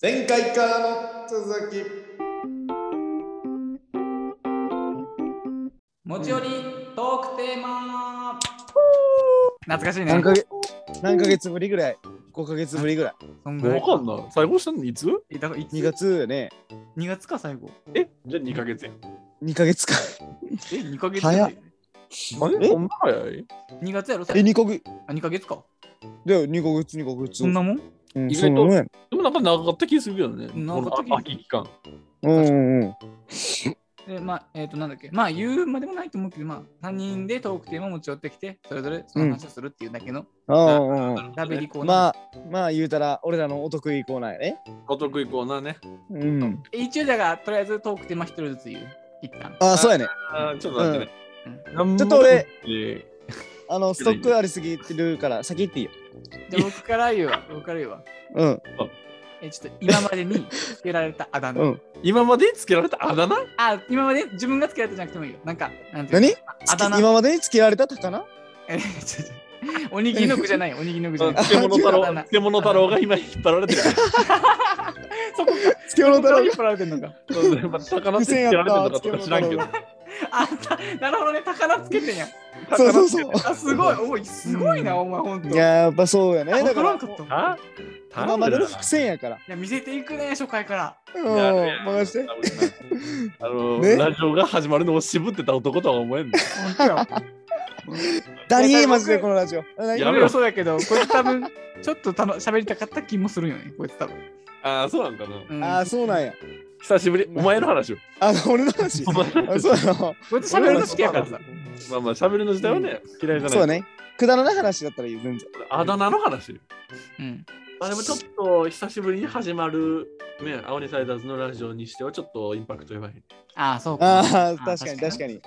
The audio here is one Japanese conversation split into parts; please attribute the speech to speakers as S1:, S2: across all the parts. S1: 前回からの続き
S2: 持ち寄りトークテーマ懐かしいね
S3: 何。ヶ月何ヶ月ぶりぐらい ?5 ヶ月ぶりぐらい。
S2: そんぐら
S4: わ
S2: い。
S4: かんない。最後したのいつ
S2: えだからいつ
S3: 2月よね。
S2: 2月か最後。
S4: えじゃあ2ヶ月や。
S3: 2ヶ月か。
S2: え、2ヶ月
S3: 早っ
S4: あれ
S3: え
S4: そんな早い
S2: ?2 月やろ
S3: え、2ヶ月。
S2: あ、2ヶ月か。
S3: だよ、2ヶ月、2ヶ月。
S2: そんなもん
S3: うん、
S4: 意
S3: そん
S4: 外と
S3: なもんやね
S4: でもなんか長かった気するけどね。
S2: 長かった気
S4: この秋期間。
S3: うんうんうん。
S2: で、まあ、えっ、と、なんだっけ。まあ、言うまでもないと思うけど、まあ、3人でトークテーマ持ち寄ってきて、それぞれその話をするっていうだけの
S3: ああうんうん
S2: ダベリコーナー。
S3: まあ、まあ言うたら、俺らのお得意コーナーやね。
S4: お得意コーナーね。
S3: うん。
S2: え一応だが、とりあえずトークテーマ一人ずつ言う。一旦。
S3: ああ、そうやね。
S4: あーちょっと待ってね。
S3: ちょっと俺
S4: え
S3: あの、ストックありすぎてるから、先行っていいよ。
S2: じゃあ僕から言 うわ。僕から言うわ。
S3: うん。
S2: え、ちょっと今までにつけられたあだ名。
S3: うん
S4: ー今までつけられたあだ名
S2: あ、今まで自分がつけられたじゃなくてもいいよ。なんか、なんていうの
S3: 何
S2: あだ名。
S3: 今までにつけられた高菜
S2: えちょちょおにぎりの具じゃない、 おにぎりの具じゃない。
S4: 漬物太郎
S2: あだ名
S4: 漬物太郎が今引っ張られてる。
S2: そこか
S3: つけろだ
S2: ら
S3: ろ
S2: 引っ張られてんのか。
S4: そうまあ高菜ってつけられてるのかとか知らんけど。
S2: あた、なるほどね、高菜つけてんや。
S3: そうそうそう。
S2: あ、すごい、おい、すごいな、お前、ほんと。
S3: い や、やっぱそうやね。
S2: わ
S3: だ
S2: か
S3: からら
S2: ん、かった。い
S4: あタ
S3: 今
S4: ラ
S3: ま
S4: ム
S3: で
S4: だ
S3: の
S4: な
S3: 伏線やから。
S2: や、見せていくね、初回から。
S3: うん、
S4: やるやん
S3: 任して。
S4: あの、
S3: ね
S4: ラジオが始まるのを渋ってた男とは思えんね。
S2: ほんとよ。
S3: ダリーマジでこのラジオ。
S4: や
S2: い
S4: め
S2: ろいろ
S4: ろ
S2: そうだけど、こいつ多分、ちょっとたの喋りたかった気もするよね、こいつ多分。
S4: ああ、そうなんかな。
S2: うん
S3: ああ、そうなんや。
S4: 久しぶり。お前の話を。
S3: あの、 俺の話。
S4: お前の話
S3: あそうやの。
S2: こいつ喋るの好きやからさ。
S4: まあまあ、喋るの自体はね、嫌いじゃない。
S3: そうね。くだらない話だったらいいよ、全然。
S4: あだ名の話。
S2: うん。
S4: まあでもちょっと久しぶりに始まる、ね、青にサイダーズのラジオにしてはちょっとインパクト弱い。
S2: ああ、そうか。
S3: ああ、確かに確かに。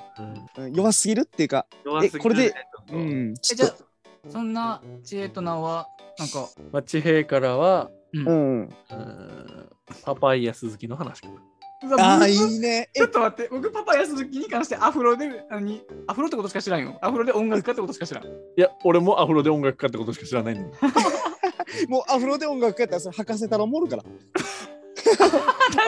S4: うん
S3: うん弱すぎるっていうか、
S4: 弱すぎる
S3: これ
S4: ね
S3: で、
S4: ちょ
S3: う
S4: っ
S3: ん。
S2: え、
S3: ち
S2: じゃ
S3: ょっ
S2: あ、そんな知恵と名は、なんか、
S4: とまあ、地平からは、
S2: うん
S3: と。うん。
S4: うんパパイヤ鈴木の話かな。
S3: ああ、いいね。
S2: ちょっと待って、僕パパヤスズキに関してアフロで、あにアフロってことしか知らんよ。アフロで音楽家ってことしか知らん。
S4: いや、俺もアフロで音楽家ってことしか知 らないんだよ。
S3: え、もうアフロで音楽やったら、それ博士太郎もおる から。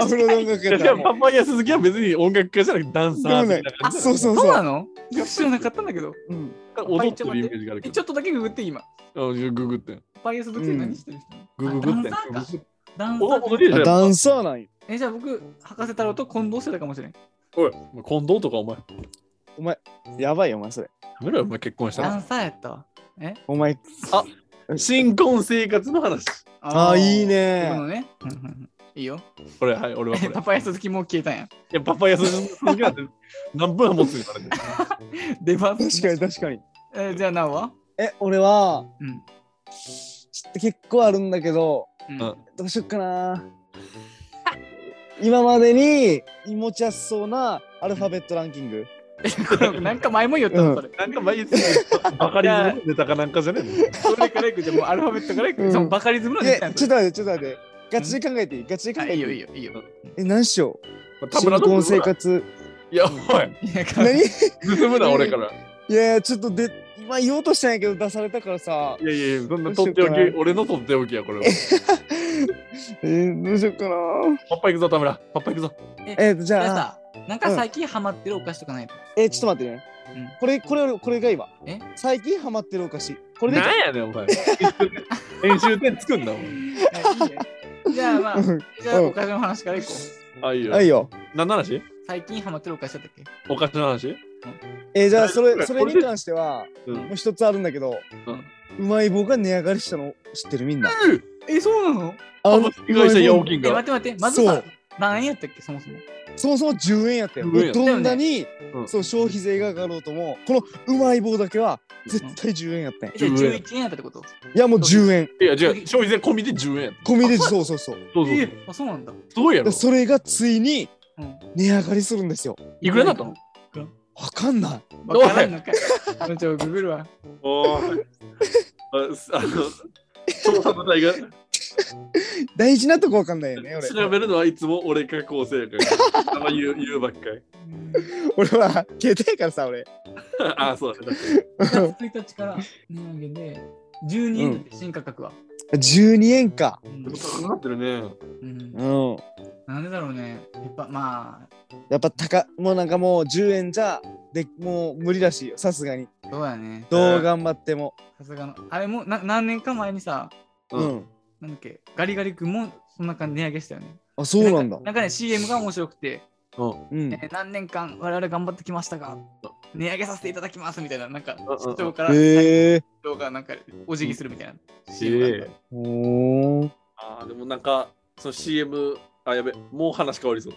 S3: アフロで音楽やっ
S4: い
S3: たら
S4: や
S3: も
S4: パパイヤ鈴木は別に音楽家じゃなくてダンサーみたいな
S3: う。
S4: 感じだ
S3: そうそう
S2: そう
S3: そ
S2: な
S3: う。
S2: のよく知らなかったんだけど。
S3: うん
S4: 踊ってるイメージがあるけ
S2: え
S4: ど
S2: ちょっとだけググって今。。
S4: うんググって。
S2: パパヤスズキ何してる人、
S4: グググって
S2: あ。ダンサーかダンサ
S4: 踊踊
S2: ー
S4: り
S3: あ
S4: じゃ
S3: ダ
S4: ん。
S3: ンサーなんよ。
S2: え、じゃあ僕、博士太郎と混同してたかもしれん。
S4: おい、近藤とかお前。や
S3: やばいよ、お前それ。
S4: めろよ、お前結婚した
S2: ダ
S4: ら。
S2: ンサーやったわ。え
S3: お前。
S4: 新婚生活の話。
S3: ああ、いい。
S2: ー僕の
S3: ね。
S2: ね。うんうんうんいいよ。
S4: これ、はい、俺はこ れ。
S2: パパヤスズキもう消えたんや。
S4: いや、パパイヤ鈴木なんて何分は持つからね。
S2: 出番。
S3: 確かに確かに。
S2: えーじゃあ、なおは
S3: え、俺は、
S2: うん。
S3: ちょっと結構あるんだけど、
S2: うん
S4: うん
S3: どうしよっかな。今までに気持ちやすそうなアルファベットランキング。
S2: これなんか前も言ったの、それ。
S4: なんか毎日バカリズムのネタかなんかじゃねえ
S2: それからいくじゃあもうアルファベットからいく、
S3: うん
S2: そのバカリズムの
S3: い
S2: ネ
S3: や、
S2: タやん
S3: ちょっと待って、ちょっと待って。ガチで考えていいガチで考
S2: あ
S3: えて
S2: い
S3: い
S2: い
S3: い
S2: よいいよいいよ。
S3: え、何しよ
S4: の。
S3: う新婚生活。
S4: いや、お
S2: いやか
S3: 何 い
S4: い、進むな、俺から。
S3: や、ちょっとで、今言おうとしたんやけど出されたからさ。
S4: いやいやいや、そんなとっておき、俺のとっておきや、これは。
S3: えー、どうしよっかな。
S4: パパ行くぞ、田村。パパ行くぞ。
S3: えー、じ
S2: じゃあ
S3: ゃあ、
S2: さ、なんか最近ハマってるお菓子とかないの
S3: えー、ちょっと待ってね
S2: うん。
S3: これ、これ、これが今。
S2: え
S3: 最近ハマってるお菓子。こ
S4: こ
S3: れでいいか
S4: なんやねん、お前。編集点作んな、お前。
S2: じゃあまあ、じゃあお菓子の話からいこう。
S4: あ、いい
S3: うん
S4: よ。
S3: はいよ。
S4: 何の話
S2: 最近ハマってるお菓子だったっけ
S4: お菓子の話
S3: えー、じゃあ、そ
S4: こ
S3: れ、
S4: れ
S3: それに関しては、
S4: うん
S3: もう一つあるんだけど、うまい棒が値上がりしたの知ってるみんな。
S2: え、そうなの
S3: あ
S4: 株式会社ヤオキン
S2: え、待っ
S4: が。
S2: て待って、まずさ
S3: そう、
S2: 何円やったっけそもそも。
S3: そもそも10円やったよ。
S4: 10円やった
S2: よね
S3: どんなに、
S4: うん
S3: そう消費税が上がろうとも、このうまい棒だけは絶対10円やったんや
S2: え。じゃあ
S4: 10円
S2: 11円やったってこと
S3: いやもう10円。
S4: いや、じゃあ、消費税込みで10円。
S3: コミでそうそうそう。
S4: そうそう。
S2: え
S4: す
S2: あ、そうなんだ。
S4: ごいやろ
S3: で。それがついに
S2: うん
S3: 値上がりするんですよ。
S4: いくらになったの
S3: わかんない。
S2: わからんのかい。あのちょ、ググるわ。
S4: おーあすあの、調査部隊が
S3: 大事なとこわかんないよね、俺。
S4: 調べるのはいつも俺か構成かが。あんま言う言うばっかり。
S3: 俺は携帯やからさ、 俺。
S4: ああ、そうだね。
S2: 1日から値上げで、12円だって新価格は。
S3: 12円か。
S2: うん
S4: 高くなってるね。
S2: うん
S3: うん。
S2: なんでだろうね。やっぱまあ、
S3: やっぱ高、もうなんかもう10円じゃ、で、もう無理らしいよ、さすがに。
S2: そうやね。
S3: どう頑張っても。
S2: さすがの。あれもな何年か前にさ、
S4: う。
S3: うんん。
S2: なんだっけ、ガリガリ君もそんな感じ値上げしたよね。
S3: あ、そうなんだ
S2: か。なんかね、CM が面白くて、
S3: うん。
S2: えー何年間我々頑張ってきましたが、値上げさせていただきますみたいな、なんか
S4: うん、
S2: 社長から、社
S3: へえ。
S2: 長がなんかお辞儀するみたいな。
S4: え
S2: CM だった
S3: おー。
S4: ああ、でもなんか、その CM、あ、やべ、もう話変わりそう。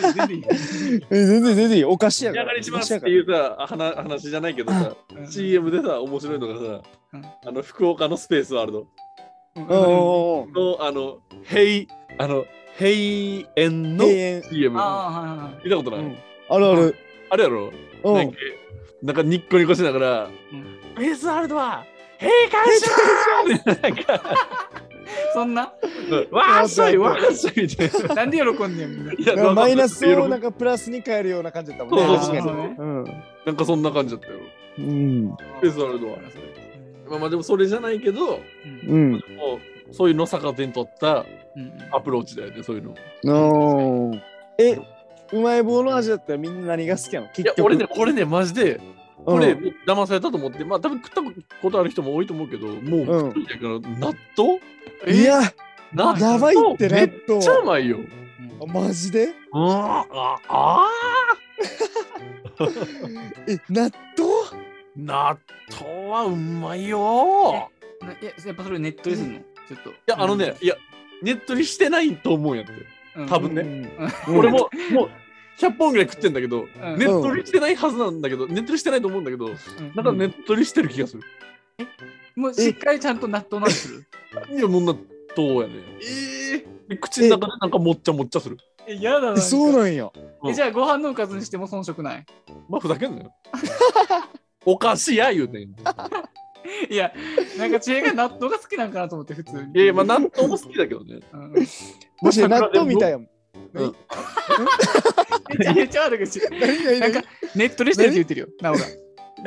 S2: 全然いい
S3: え、全然全然いい。お菓子や
S4: 値
S3: か
S4: 上
S3: ら。
S4: がりします
S3: お
S4: っ
S3: 菓
S4: て
S3: 子
S4: い
S3: や
S4: うさ、あ話話じゃないけどさ、
S2: うん
S4: CM でさ、面白いのが
S2: うん
S4: さ、あの、福岡のスペースワールド
S3: から。おーおーおー。
S4: の、あの、ヘイ、あの、ヘイエンの
S3: 閉園。
S4: CM。見
S2: ああ、はいはいはい。
S4: たことな
S3: う
S4: い、
S3: んあるある。
S4: あれやろ
S3: う
S4: なん
S3: ん
S4: か。なんかニッコニコしながら、
S2: うん
S4: スペースワールドは閉館 します
S2: そんな
S4: わーっしょいわーっしょいみたいな
S2: なんで喜んでんの
S4: いや
S3: なんかマイナスをな
S4: なん
S3: ん
S4: か
S3: かプラスに変えるような感じだったもんね。
S4: そう
S2: そう
S3: 確
S2: そう
S3: かに。うん。
S4: なんかそんな感じだったよ。
S3: うん。
S4: スペースワールドはまあまあでもそれじゃないけど、も
S2: うん
S3: うん。
S4: うそういうのを逆手に取った
S2: うん
S4: アプローチだよね、そういうの。い
S3: おーえ、うまい棒の味だったらみんな何が好きなの結
S4: や
S3: 局。、
S4: 俺ね、これね、マジで、こ
S3: う
S4: れ、
S3: ん、
S4: 騙されたと思って、まあ多分食ったことある人も多いと思うけど、もう
S3: うん
S4: 食っといたから、納豆
S3: いや、
S4: 納豆
S3: やばいって
S4: め
S3: 納
S4: っ
S3: 豆
S4: ちゃうまいよ。
S3: あマジで
S4: あーあ、あ
S3: え、納豆
S4: ー納豆はうまいよ。
S2: ないややっぱそれネットでするのちょっとい
S4: いや、あのね、いや、ネットにしてないと思うんやって。多分ね
S3: うん
S4: 俺も、もう、100本ぐらい食ってんだけど、
S2: ん
S4: ネットにしてないはずなんだけど、ネットにしてないと思うんだけど、な
S2: なん
S4: かネットにしてる気がする。
S2: もうしっかりちゃんと納豆の味する
S4: いや、もう納豆やね。
S2: え
S4: で口の中でなんかもっちゃもっちゃする。
S2: えやだな
S3: えそう
S2: の
S3: なんや。
S2: えじゃあご飯のおかずにしても遜色ない
S4: まあ、ふざけんなよ。おかしいや言うてん。い
S2: いやなんか知恵が納豆が好きなんかなと思って普通に
S4: やいや、まあ、納豆も好きだけどね。
S2: うん
S3: もし納豆みたいや もん。
S2: めちゃめちゃ悪口
S3: 何何
S2: なんかネットにしてるって言ってるよなおが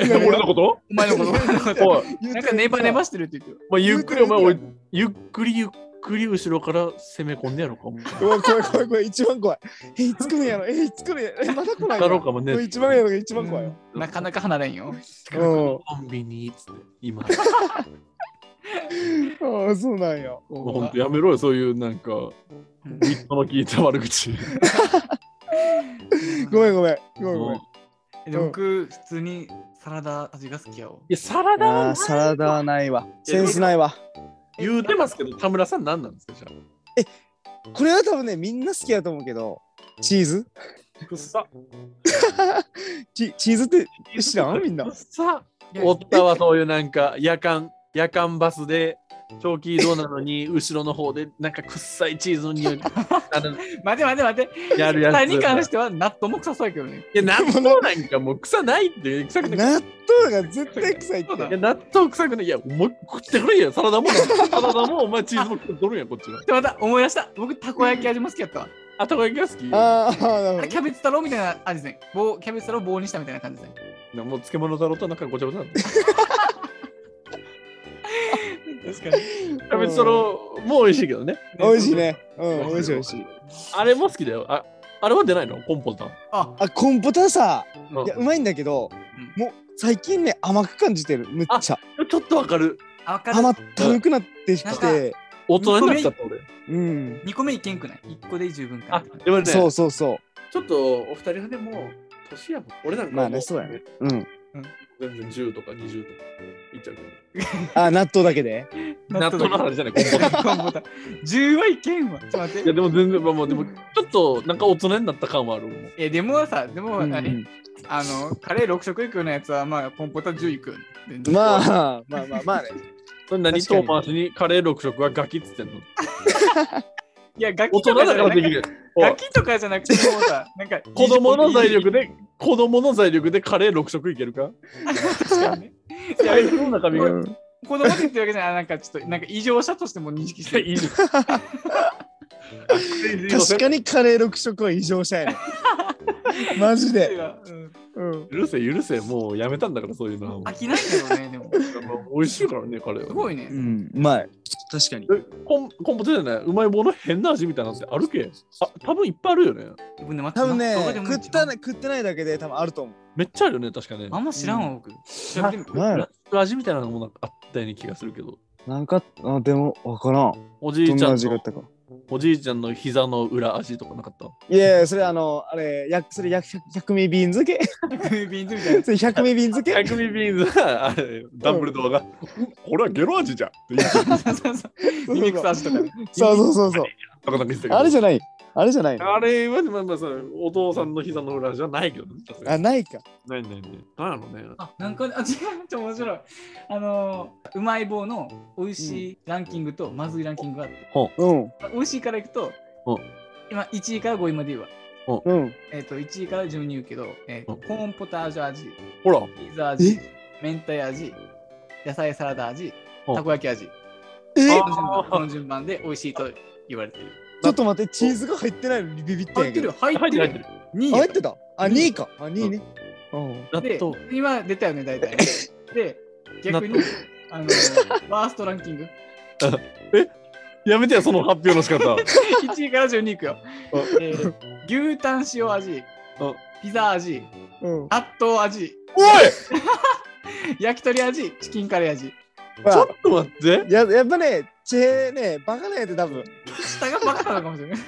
S4: え俺のこと
S2: お前の ことお前のこと
S4: おい、
S2: なんかネバネバ
S3: し
S2: してるって言ってる
S4: まあ、ゆっくりお前、
S3: 言う
S4: お
S3: て
S4: いゆっくりゆっくり後ろから攻め込んでやろうか。もう
S3: うわ怖い怖い怖い、一番怖い。え、いつ来るんやろえ、いつ来るんやろえ、まだ来ない
S4: だろ
S3: の
S4: うかも
S3: これ
S4: ね。
S3: 一番やろが一番怖いわ。
S2: なかなか離れんよ
S3: うん
S4: コンビニっつって、今。
S3: ああ、そうなんや。
S4: もうほんとやめろよ、そういうなんか、
S2: うん
S4: ビットの効いた悪口。
S3: ごめんごめん。ごめんごめ
S4: も
S3: ん
S4: う。
S2: えでも僕、普通にサラダ味が好きやわ。
S4: いや、サラダ
S3: あ
S4: は
S3: ーサラダはないわ。センスないわ。
S4: 言うてますけど、田村さん何なんですかじゃ
S3: これは多分ね、みんな好きやと思うけど、チーズ
S4: あ。くっさ。
S3: チチーズって知らんみんな
S4: くっ。さ。
S2: いや
S4: おったわ、そういうなんか、夜間、夜間バスで、長期移動なのに、後ろの方で、なんか、くっさいチーズの匂い。あの
S2: 待て待て待て。
S4: やるやつ。
S2: タイに関しては納豆も臭そうやけどね。
S4: いや、納豆なんかもう臭ないって、臭くな
S3: 納
S4: い。
S3: 豆が絶対臭いって
S2: そう。だ
S4: いや納豆臭くない。いや、もう食ってくれや。サラダも、サラダも、お前チーズも食ってくるんや、こっちは。
S2: で、また思い出した。僕、たこ焼き味も好きやったわ。
S4: あたこ焼きが好き
S3: あーあー、な
S2: あ
S3: る
S2: キャベツ太郎みたいな味ですね。棒キャベツ太郎を棒にしたみたいな感じですね。
S4: なもう漬物だろうとなんかごちゃごちゃなんだよ。
S2: 確かに。
S4: キャベツ太郎も美味しいけどね。
S3: ほど。美味しいね。うん、美味しい美味しい。
S4: あれも好きだよ。ああれは出ないのコンポタン。
S2: あ、
S3: あ、コンポタさ、
S4: うん
S3: いや、うまいんだけど、
S2: う
S3: もう最近ね、甘く感じてる。むっちゃ。
S4: ちょっとわかる。
S2: あか
S3: 甘
S2: る。
S3: ったるくなってき
S2: なん
S3: て。
S4: 大人になっちゃった俺。
S3: うん。
S2: 2個目いけんくない ?1 個で十分か
S4: あ
S2: な。、
S4: でもね、
S3: そうそうそ
S4: ちょっとお二人はでも、年やもん。俺なんかも
S3: まあねそうやね。う。うん。
S4: 全然10とか20とかいっちゃうけど。
S3: あ、納豆だけで。
S4: 納豆の話じゃない、コン ポタン。
S2: 10はいけんわ。ちょっと待っ
S4: いや、
S2: て。
S4: でも全然、まあまあ、でも、ちょっとなんか大人になった感はあるもん。
S2: え、でもさ、でも
S3: うん
S2: あれ、あの、カレー6食いくようなやつは、まあ、コンポタ10いくよね。
S3: まあ、まあまあまあね。
S4: それ何
S3: 確か
S4: 遠
S3: に
S4: 回しにカレー6色はガキっつってんの
S2: いや、ガキと
S4: 大人
S2: か
S4: だ
S2: じ
S4: か
S2: ゃな
S4: ら
S2: く
S4: で
S2: て
S4: き、る。お
S2: ガ
S4: い
S2: キとかじゃなくて、もうさ、なんか、
S4: 子供の財力で、子供の財力でカレー6色いけるか
S2: 確かにね。いや
S4: 財布の中身が。
S3: うん
S2: 子供って言ってるわけじゃない、なんかちょっと、なんか異常者としても認識してる。
S4: いいじゃん
S3: 確かにカレー6色は異常者やね。マジで。
S2: うん
S3: うん。
S4: 許せ許せもうやめたんだからそういうのはも
S2: 飽きないけどね、でも。す
S4: う美味しいからねカレーは
S2: ごいね。
S3: うん、うまい。確かに。
S4: え、コンコンポテじゃないうまい棒の変な味みたいなのってあるけあ、多分いっぱいあるよね。
S2: 自分で待
S3: 多分ね、食ったね
S2: ね。
S3: 食ってないだけで多分あると思う。
S4: めっちゃあるよね、確かね。
S2: あんま知らんわ、僕。調べてみる
S3: な
S4: ラップ味みたいなのもなんかあったような気がするけど。
S3: なんか、あでも分からん。
S4: おじい
S3: どん
S4: ち
S3: な
S4: ゃん
S3: 味があ
S4: の
S3: っ、たか。
S4: おじいちゃんの膝の裏味とかなかった
S3: いやいや、それあの、あれ、やそれ薬薬味瓶漬け
S2: 瓶みたいな。
S3: それ百味瓶漬け
S4: 薬味ビーズは、あれ、ダンブルドアが、うんこれはゲロ味じゃんって言ってた
S2: そうそうそう。リミックス味とかね。
S3: そうそうそうそう。
S4: とかなんか言ってたけど
S3: あれじゃない。あれじゃない。
S4: あれは、まあまあ、それお父さんの膝の裏じゃないけどね。さすが
S3: あ、
S4: に
S3: ないか。
S4: ないないない。なんやろね。
S2: あ、なんか、あ、違う、ちょっと面白い。あのー、うまい棒の美味しいランキングとまずいランキングがあって、
S3: うん。
S2: 美味しいからいくと
S4: うん、
S2: 今1位から5位まで言うわ。
S3: うん。
S2: えっ、と、1位から順に言うけど、えー
S4: うん
S2: コーンポタージュ味、
S4: ほら、
S2: ピザ味、明太味、野菜サラダ味、
S4: うん
S2: たこ焼き味。
S3: え
S2: この順番この順番で美味しいと言われている。
S3: ちょっと待って、チーズが入ってないのにビビってん
S2: 入
S3: や
S2: って
S3: け
S2: る、
S3: ど。
S2: 入って
S4: 入っ
S2: る
S4: てる。
S2: 2位
S3: あ
S2: や
S3: 入ってた。あ、2位か。あ、2位ね。うん。
S4: 納
S2: で
S4: 豆。、
S2: 今出たよね、大体。で、逆に
S4: 納、
S2: あのー、ワーストランキ ング。
S4: やめてよ、その発表の仕 方。
S2: 1位から順に行くよ。えー牛タン塩味
S4: うん、
S2: ピザ味、
S3: うん。
S2: 納豆味、
S4: おい
S2: 焼き鳥味、チキンカレー味。
S3: ま
S4: ちょっ
S3: あ、
S4: と待って。
S3: ややっぱね、チェーね、バカなんやって多分。
S2: 下がバカなのかもしれない。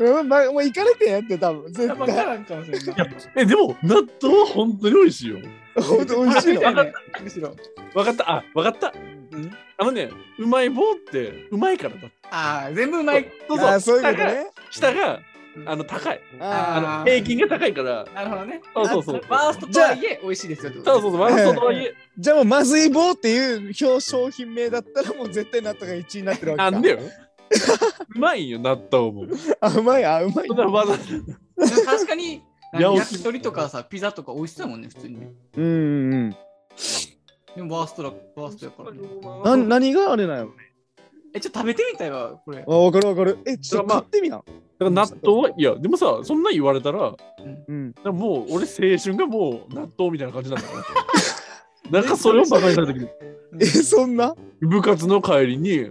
S3: うんまもう行かれてんやって多分。絶
S2: 下がバカ
S3: 対。
S2: なのかもしれない。
S4: え、でも、納豆は本当に美味しいよ。
S3: ほんと美味しいの。
S2: わかった。むしろ。
S4: わかった、あ、わかった。
S2: うん
S4: あのね、うまい棒って、うまいからだ。
S2: ああ、全部うまい。
S4: そう
S3: あ
S4: そ
S3: ーそうい
S4: う、
S3: うこ
S4: 下
S3: と
S4: が、
S3: ね。
S4: 下が、
S2: うん
S4: あの、高い。
S3: あ
S4: あ
S2: あー
S4: の、平均が高いから。
S2: なるほどね。
S4: そうそうそう
S2: あワーストとはいえ、美味しいですよってこ
S4: そ
S2: とね。
S4: うそうそう、ワース トとはいえ、
S3: ーじゃあもうまずい棒っていう表商品名だったらもう絶対納豆が1位になってるわけ
S4: な
S3: か。
S4: んでよ。うまいよ、納 豆も。
S3: あ、うまい、あ、うまい
S4: そ。れはわざ
S2: でも確かに、なんか
S4: 八百
S2: 焼き鳥とかさ、ピザとか美味しそうだもんね、普通にね。
S3: うんうんうん。
S2: でもワーストだ、ワーストやからね。
S3: な何があれなんやろ
S2: え、ちょっと食べてみたいわ、これ。
S3: あ、わかるわかる。え、ちょっと
S4: まあ
S3: 買ってみな。
S4: だから納豆はいやでもさそんなん言われたらだか
S3: うん。
S4: らもう俺青春がもう納豆みたいな感じなんだからなんかそれをバカにした時に
S2: うん
S3: え、そんな
S4: 部活の帰りに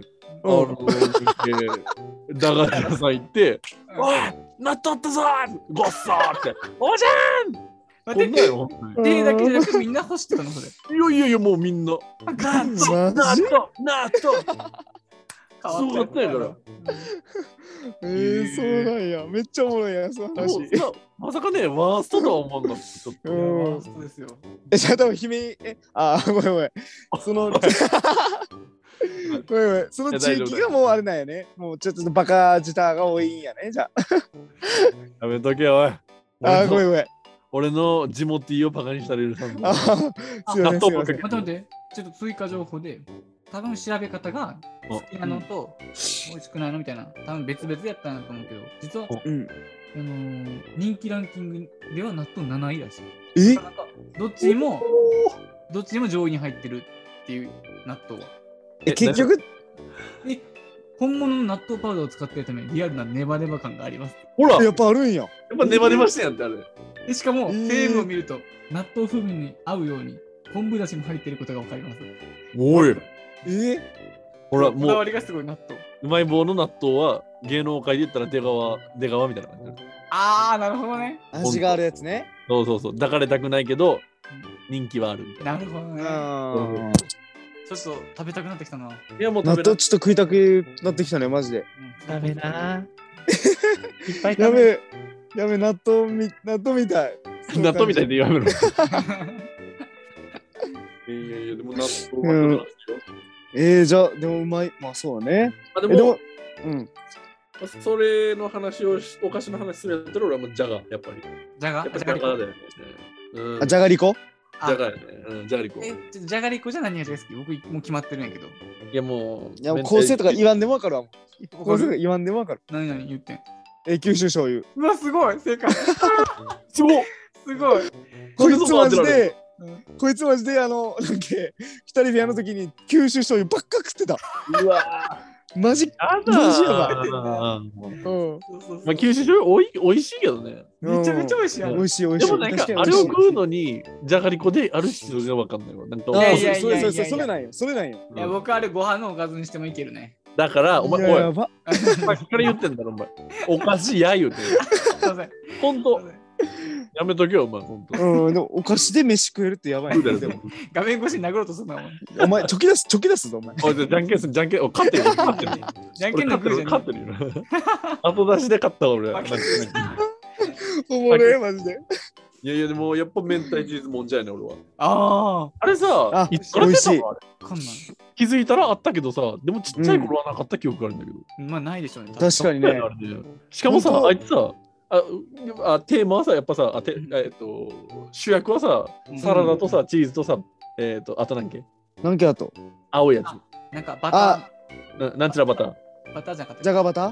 S3: う
S4: あの
S3: ん
S4: えー駄菓子屋さん行って「おい納豆あったぞーごっそー!」って「おじゃー
S2: 待
S4: こ
S2: っ
S4: ん
S2: て
S4: なんよ本当
S2: 手だけじゃなくてみんな欲してたのそれ。
S4: にいやいやいやもうみんな「納豆
S3: マジ
S4: 納豆納豆
S2: 変わった
S4: そうだっ
S3: えー、そうなんや。めっちゃおもろいやん、その」
S4: も
S3: 話
S4: う。さまさかねワーストとは思うんだちょっと
S3: う
S2: いやワ
S3: ん
S2: ー。ストですよ。
S3: え、じゃあ多分姫、え、あ、ごめんごめん。そ の、ごめんごめん。その地域がもうあれなんやね。もうちょっとバカ舌が多いんやね。じゃ
S4: やめとけよおい
S3: あ。あー、ごめんごめん。
S4: 俺の地元をバカにしたれるさん
S3: あ
S4: だ
S3: ーすいません、
S4: 納
S3: すい
S4: 豆
S3: ま
S4: か
S3: せ
S4: け
S3: ん
S4: て。
S2: 待って待って、ちょっと追加情報で、多分調べ方が好きなのと美味しくないのみたいな、多分別々やったんだと思うけど、実は、
S3: うん。
S2: あのー人気ランキングでは納豆7位らしい。
S3: え
S2: なかなかどっちにも、どっちにも上位に入ってるっていう納豆は。
S3: え結局、
S2: え本物の納豆パウダーを使っているためリアルなネバネバ感があります。
S4: ほらや
S3: や
S4: っ
S3: っぱあるんや。
S4: ぱネバネバしてんやってあれ
S2: でしかも、
S3: えー
S2: 成分を見ると、納豆風味に合うように、昆布だしも入っていることがわかります。
S4: おい
S3: え
S4: ほら
S2: こだ
S4: も
S2: わ
S4: う
S2: りがすごい納豆。
S4: うまい棒の納豆は芸能界で言ったら出川出川みたいな感じ
S2: あー、なるほどね。
S3: 味があるやつね。
S4: そうそうそう抱かれたくないけど人気はあるみたいな
S2: なるほど
S3: う
S2: ね
S3: ん。。
S4: ん
S2: ちょっと食べたくなってきたな。
S4: いやもう
S3: 納豆
S4: 食べ
S3: ちょ
S4: な
S3: っと食いたくなってきたね、マジで。
S2: ダメな。いっぱい
S3: やべえ、やべえ、納豆み、納豆みたい。
S4: 納豆みたい
S3: で。
S4: でやめろいやいやでも納豆は
S3: うんえー、じゃあ、でもうまい。まあそうだね。
S4: あ
S3: え、
S4: で
S3: でも
S4: も、
S3: うん。
S4: それの話をしお菓子の話するんやったら俺はもうじゃがやっぱり
S2: じゃが
S4: やっぱ
S2: じ
S4: じ
S2: ゃが
S4: ゃ
S2: りこ
S4: がだよねうん
S3: あ、
S4: じ
S3: じゃがりこ
S2: あ
S4: ゃがやねうんじゃがりこ
S2: えちょじゃがりこじゃ何味が好き僕もう決まってるんやけど。
S4: いやもう
S3: いや、もう構成とか言わんでもわかるわ。構成と
S2: わ
S3: か
S2: かる
S3: 言わんでもわかる。
S2: 何々言ってん。
S3: え、九州醤油。
S2: うわ、すごい正解
S4: すごっ
S2: すごい
S3: こいつマジ
S4: これぞ
S3: で
S2: うん、
S3: こいつマジで、あの、なんけ、二人部屋の時に九州醤油ばっか食ってた。
S4: うわ
S3: マジ
S4: や
S3: だ
S4: どうしよう
S3: うん
S2: そうそうそう
S4: まあ、九州醤油おい美味しいけどね。
S2: めちゃめちゃ美味しいあ
S3: 美
S2: れ
S3: 味しい美味
S4: で
S3: しい
S4: もなんか、
S3: 確に
S4: あ
S3: 美味
S4: れを
S3: しい
S4: 食うのに、じゃがりこである必要がわかんないわ。なんか
S3: あ
S2: いや
S3: ー
S2: いやいや
S3: そうそうそう
S2: いやいやいや
S3: それなんよそれなんよ
S2: いや
S4: うん
S2: 僕あれご飯のおかずにしてもいけるね。
S4: だから、お前、
S3: いや
S4: お
S3: や
S4: い、
S3: ば
S4: さっきから言ってんだろ、お前。おかしいや言うて。
S2: すいません。
S4: ほんと、やめとけよ、お前、ほんと。
S3: うんでもお菓子で飯食えるってやばい
S4: 食う
S3: ね
S4: だろ
S3: で
S4: で
S3: も
S4: も
S2: 画面越しに殴ろうとするな、お前。
S3: お前ちょき出すちょき出すぞお 前
S4: おい、じゃあじゃんけんする、じゃんけん、お勝ってるよ、勝ってるよ。
S2: じゃんけんの食うじゃん
S4: 勝ってるよ。勝ってるよ後出しで勝ったわ、俺。なんか
S3: おもれマジで
S4: いやいや、でも、やっぱ明太チーズもんじゃいね、俺は。
S2: あ
S4: あれさ
S3: あ、
S4: いつから出
S3: 美
S4: た
S3: 味しい
S4: のあれ
S2: あ、こんな
S4: 気づいたらあったけどさ、でもちっちゃい頃はなかった記憶があるんだけど。
S2: ん。まあないでしょうね。多分
S3: 確かに ね
S4: あれねしかもさ
S3: 本、当
S4: あいつさ、あうあテーマはさ、やっぱさ、あてえっと主役はさ、サラダとさ、チーズとさ、えっとあとなんだっけ
S3: 何件あと
S4: 青いや
S2: なんかバタ
S4: つ。ななんちらバター。
S2: ー、バターじゃなかったっけ
S3: じゃがバタ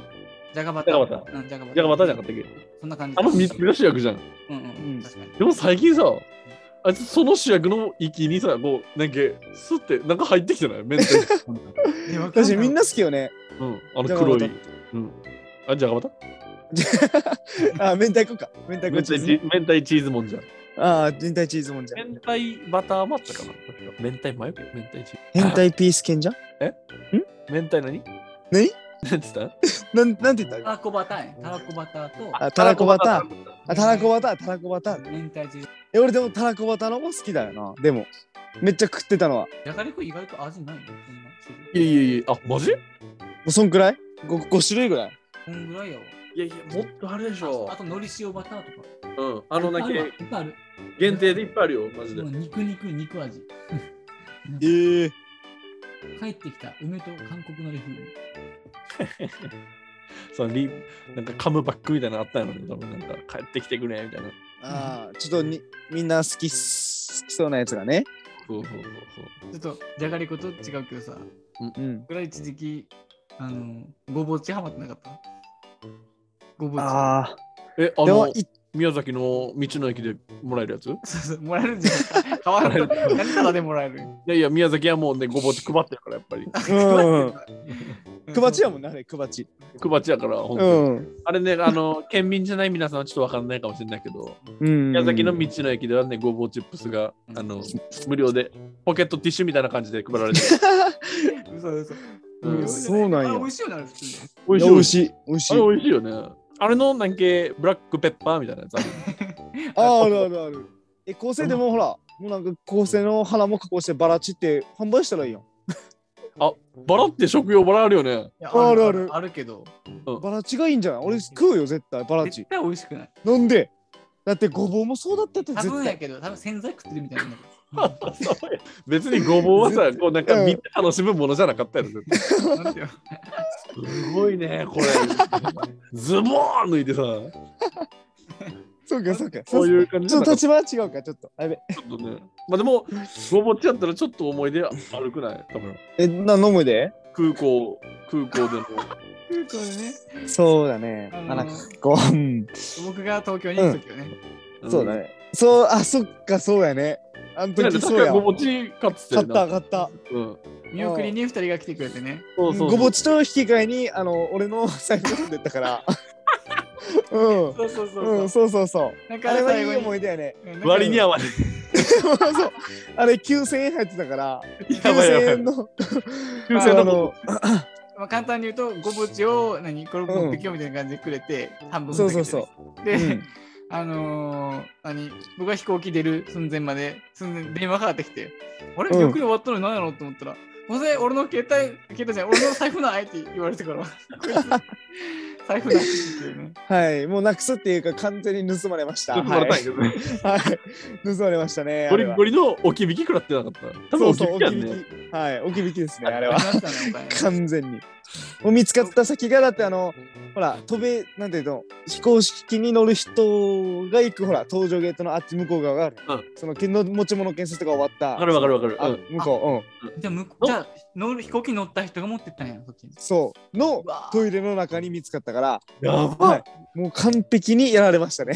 S2: じゃがバター。
S4: じゃがバ
S2: うんじゃがバター。
S4: じゃがバターじゃなかったっけ
S2: そんな感じ。
S4: あの三つ目が主役じゃん。
S2: うんう。
S3: うんん
S2: 確かに。
S4: でも最近さ、あいつその主役の域にさ、もうなんか、スってなんか入ってきてないメンタル。
S2: えわか
S3: 確かにみん
S2: な
S3: な好きよね
S4: うん、あの黒
S3: じゃ
S4: い
S3: が。
S4: うん。あ、じゃがバター
S3: あ明太子か明太
S4: 明
S3: 子チ
S4: 太
S3: ー
S4: チ
S3: ズ
S4: 明太チーズもんじゃん。
S3: ああ明太チーズもんじゃ
S4: 明太バターもあったかな確か明太マヨ明太チーズ。
S3: 変態ピース犬じゃん
S4: 明太何
S3: 何
S4: 何つった
S3: なんなんて言った
S2: たらこバターや。たらこバターと、
S3: あたらこバター
S4: ー。
S3: あたらこバターたらこバター
S2: 明太チーズ。
S3: え俺でもたらこバターの方が好きだよなでもめっちゃ食ってたのはも
S2: じゃがりこ意外と味ないよ。そんなチーズ
S4: いやいやいや、あ、マジいう
S3: そんくらい 5, 五種類ぐらい
S2: こんぐらいやわ。
S4: やいや、もっとあれでしょ
S2: あ。と、のり塩バターとか。
S4: うん、あのだ
S2: いっ
S4: け
S2: ぱいある。
S4: 限定でいっぱいあるよ、マジで
S2: もう。肉肉肉味。
S3: ええ
S2: 帰ってきた梅と韓国のり風味。
S4: そのリなんかカムバックみたいなのあったのに、多分なんか帰ってきてくれみたいな。
S3: ああちょっとにみんな好きっす好きそうなやつがね
S4: そうそうそう
S2: ちょっとじゃがりこと違うけどさ、
S3: うん
S2: ぐらい一時期、あの、ごぼうちハマってなかったごぼうち。
S3: あ
S4: そう。え、あ
S3: あでも
S4: の、
S3: い
S4: 宮崎の道の駅でもらえるやつい
S2: そうそう、もらえるんじゃない変わ らない。何たらでもらえる。
S4: やいや、宮崎はもうね、ごぼうち配ってるから、やっ ぱり。
S3: うんくばちやもん
S2: な。
S3: なあれくばち
S4: 配ちやから、ほん
S3: う
S4: とに。
S3: ん
S4: あれね、あの、県民じゃない皆さんはちょっとわかんないかもしれないけど、
S3: うん
S4: 宮崎の道の駅ではね、ごぼうチップスが、あの、無料で、ポケットティッシュみたいな感じで配られてる。
S2: 嘘嘘。
S4: うん
S3: うんそうなんや
S2: あ美味しいよな、普通に。
S4: 美
S3: 美味しい美味し
S4: あ
S3: い
S4: れ美味しいよね。あれのなんけブラックペッパーみたいなやつある。
S3: あーあるあるある。え、構成でもほら、もうなんか構成の花も加工してバラ散って販売したらいいやん。
S4: あ、バラって食用バラあるよね。
S2: いや
S3: あるある
S2: あるけど、
S3: バラチがいいんじゃない俺食うよ、絶対、バラ
S2: 絶
S3: チ。
S2: 対美味しくない。
S3: なんでだってごぼうもそうだったって
S2: 多
S3: 絶
S2: 分や
S3: 対。
S2: けど、多分洗剤食ってるみたいな。
S4: 別にごぼうはさ、こうなんか
S3: うん
S4: 見て楽しむものじゃなかったよね。
S2: なんてよ
S4: すごいね、これ。ズボーン抜いてさ、
S3: そうかそうか。
S4: そういう感じ
S3: ちょっと
S4: ち
S3: 立場は違うか、ちょっと。あやべ。
S4: ょっとね。まあでも、ごぼうちやったらちょっと思い出あるくない多分。
S3: え、な、飲むで
S4: 空港、空港での。
S2: これね、
S3: そうだね。
S2: あのー
S3: あ、なんか、ご飯。
S2: 僕が東京に行く時はね、
S4: ん
S3: そうだ。ね。そう、あ、そっか、そうやね。あの
S4: だって
S3: 時、そう
S4: 確か
S3: や
S4: ご
S3: わ。
S4: ぼうち買ってた
S3: 買
S4: よ
S3: っ
S4: な
S3: た、。買った。
S4: うん。
S2: 見送りに二人が来てくれてね。
S4: そうそうそう。
S3: ごぼちと引き換えに、あの、俺の財布飲んでった から。うん。
S2: そうそうそう。
S3: うん、そうそうそう。
S2: なんか
S3: あれはい
S2: 最
S3: い
S2: 後に
S3: 思い出や ね。
S4: 割に合わない。
S3: そうそうあれ9000円入ってたから、
S4: やばいやば
S3: 9000円
S4: い。
S3: の、
S4: 9000円
S3: あ
S4: だと
S3: の、
S2: まあ、簡単に言うと、ごぼちを何これ持ってきようみたいな感じでくれて、半分
S3: そう
S2: だけ
S3: そ
S2: で
S3: う
S2: す
S3: そ
S2: で、
S3: うん
S2: あのー、何僕が飛行機出る寸前まで寸前電話かかってきて、あれ
S3: うん
S2: 逆に終わったの何やろうと思ったら、ほ、せ、俺の携帯、携帯じゃない、俺の財布ないって言われてから、こ いつ財布ないって言ってね。
S3: う。はい、もうなくすっていうか、完全に盗まれました。
S4: ちょっと
S3: は
S4: 笑
S3: い、
S4: ったんやけどね。
S3: はい盗 まれましたね。
S4: ゴリ
S3: あれは
S4: ゴリの置き引き食らってなかった。多分
S3: そう
S4: 置
S3: そう、
S4: き引
S3: 置
S4: きや
S3: き
S4: ん
S3: 引
S4: ね。
S3: き。はい、置き引きですね、あれ
S2: あ
S3: は。
S2: りましたねお金
S3: 完全に。もう見つかった先が、だってあの、ほら、飛べ、なんていうの、飛行機に乗る人が行く、ほら、搭乗ゲートのあっち向こう側がある。
S4: うん
S3: その、けの持ち物検査とか終わった。
S4: わかるわかるわかる。う
S3: あ
S4: ん
S3: 向こう、うん。
S2: じゃあ向こうじゃあ乗る飛行機乗った人が持ってったんや、そっちに。
S3: そう。の
S2: う、わー
S3: トイレの中に見つかったから、
S4: やば
S3: はいい。もう完璧にやられましたね。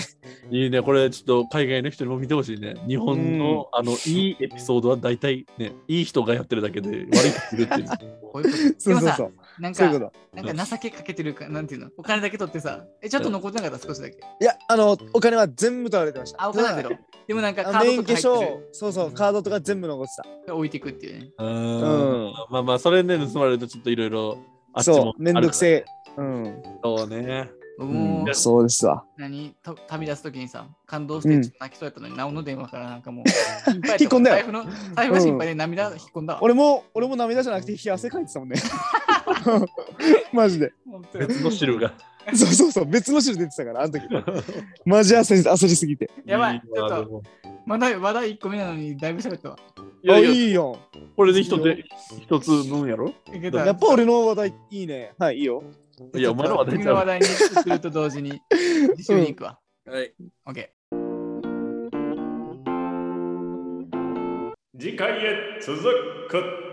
S4: いいね、これちょっと海外の人にも見てほしいね。日本のあのいい エピソードは大体ね、いい人がやってるだけで悪い人がいるっていう。
S2: こういうこと。
S3: そうそう
S2: で
S3: そ
S2: も
S3: う。
S2: なん
S3: そういうこ
S2: か、
S3: と。
S2: なんか情けかけてるか、なんていうのお金だけ取ってさ、え、ちょっと残ってなかった、少しだけ。
S3: いや、あの、お金は全部取られてました。
S2: あ、お金ゼロ。でもなんか
S3: ただ
S2: カ
S3: あの
S2: ー
S3: 免
S2: ド
S3: 許
S2: とか入って
S3: 証、そうそうう、
S2: ん
S3: カードとか全部残って
S2: る置いていくっていうね。
S4: う
S3: た。
S4: ん。
S3: う
S4: まあまあ、それで盗まれるとちょっといろいろあ
S3: ん。
S4: っちも
S3: そう、めんどくせ
S4: え。
S3: え。うん。
S4: そうね。
S2: 僕も
S3: うんそうですわ。
S2: 何た旅立つ時にさ、感動してちょっと泣きそうやったのに、なおの電話からなんか もう、引っ
S3: 引っ込んだよ
S2: 財布の、財布が心配で涙引っ込んだわ。
S3: 俺も、俺も涙じゃなくて、冷や汗かいてたもんね。 マジで。
S2: 本当に
S4: 別の汁が。
S3: そうそうそう、別の種類出てたから、あの時。マジ焦り焦りすぎて。
S2: やばい
S4: な
S2: ちょっと
S4: でも
S2: まだまだ1個目なのにだいぶ喋ったわ。
S4: い
S3: あ、
S4: やいや、
S3: いいよ。
S4: これで一つ、一つ飲むやろ
S2: いけた
S3: やっぱ俺の話題いいね。はい、いいよ。
S4: いや、お前のは大
S2: 次
S4: 丈
S2: の話
S4: 夫。
S2: 題にすると同時に、次週に行くわ。
S4: はい。
S2: オッケ
S5: 次回へ続く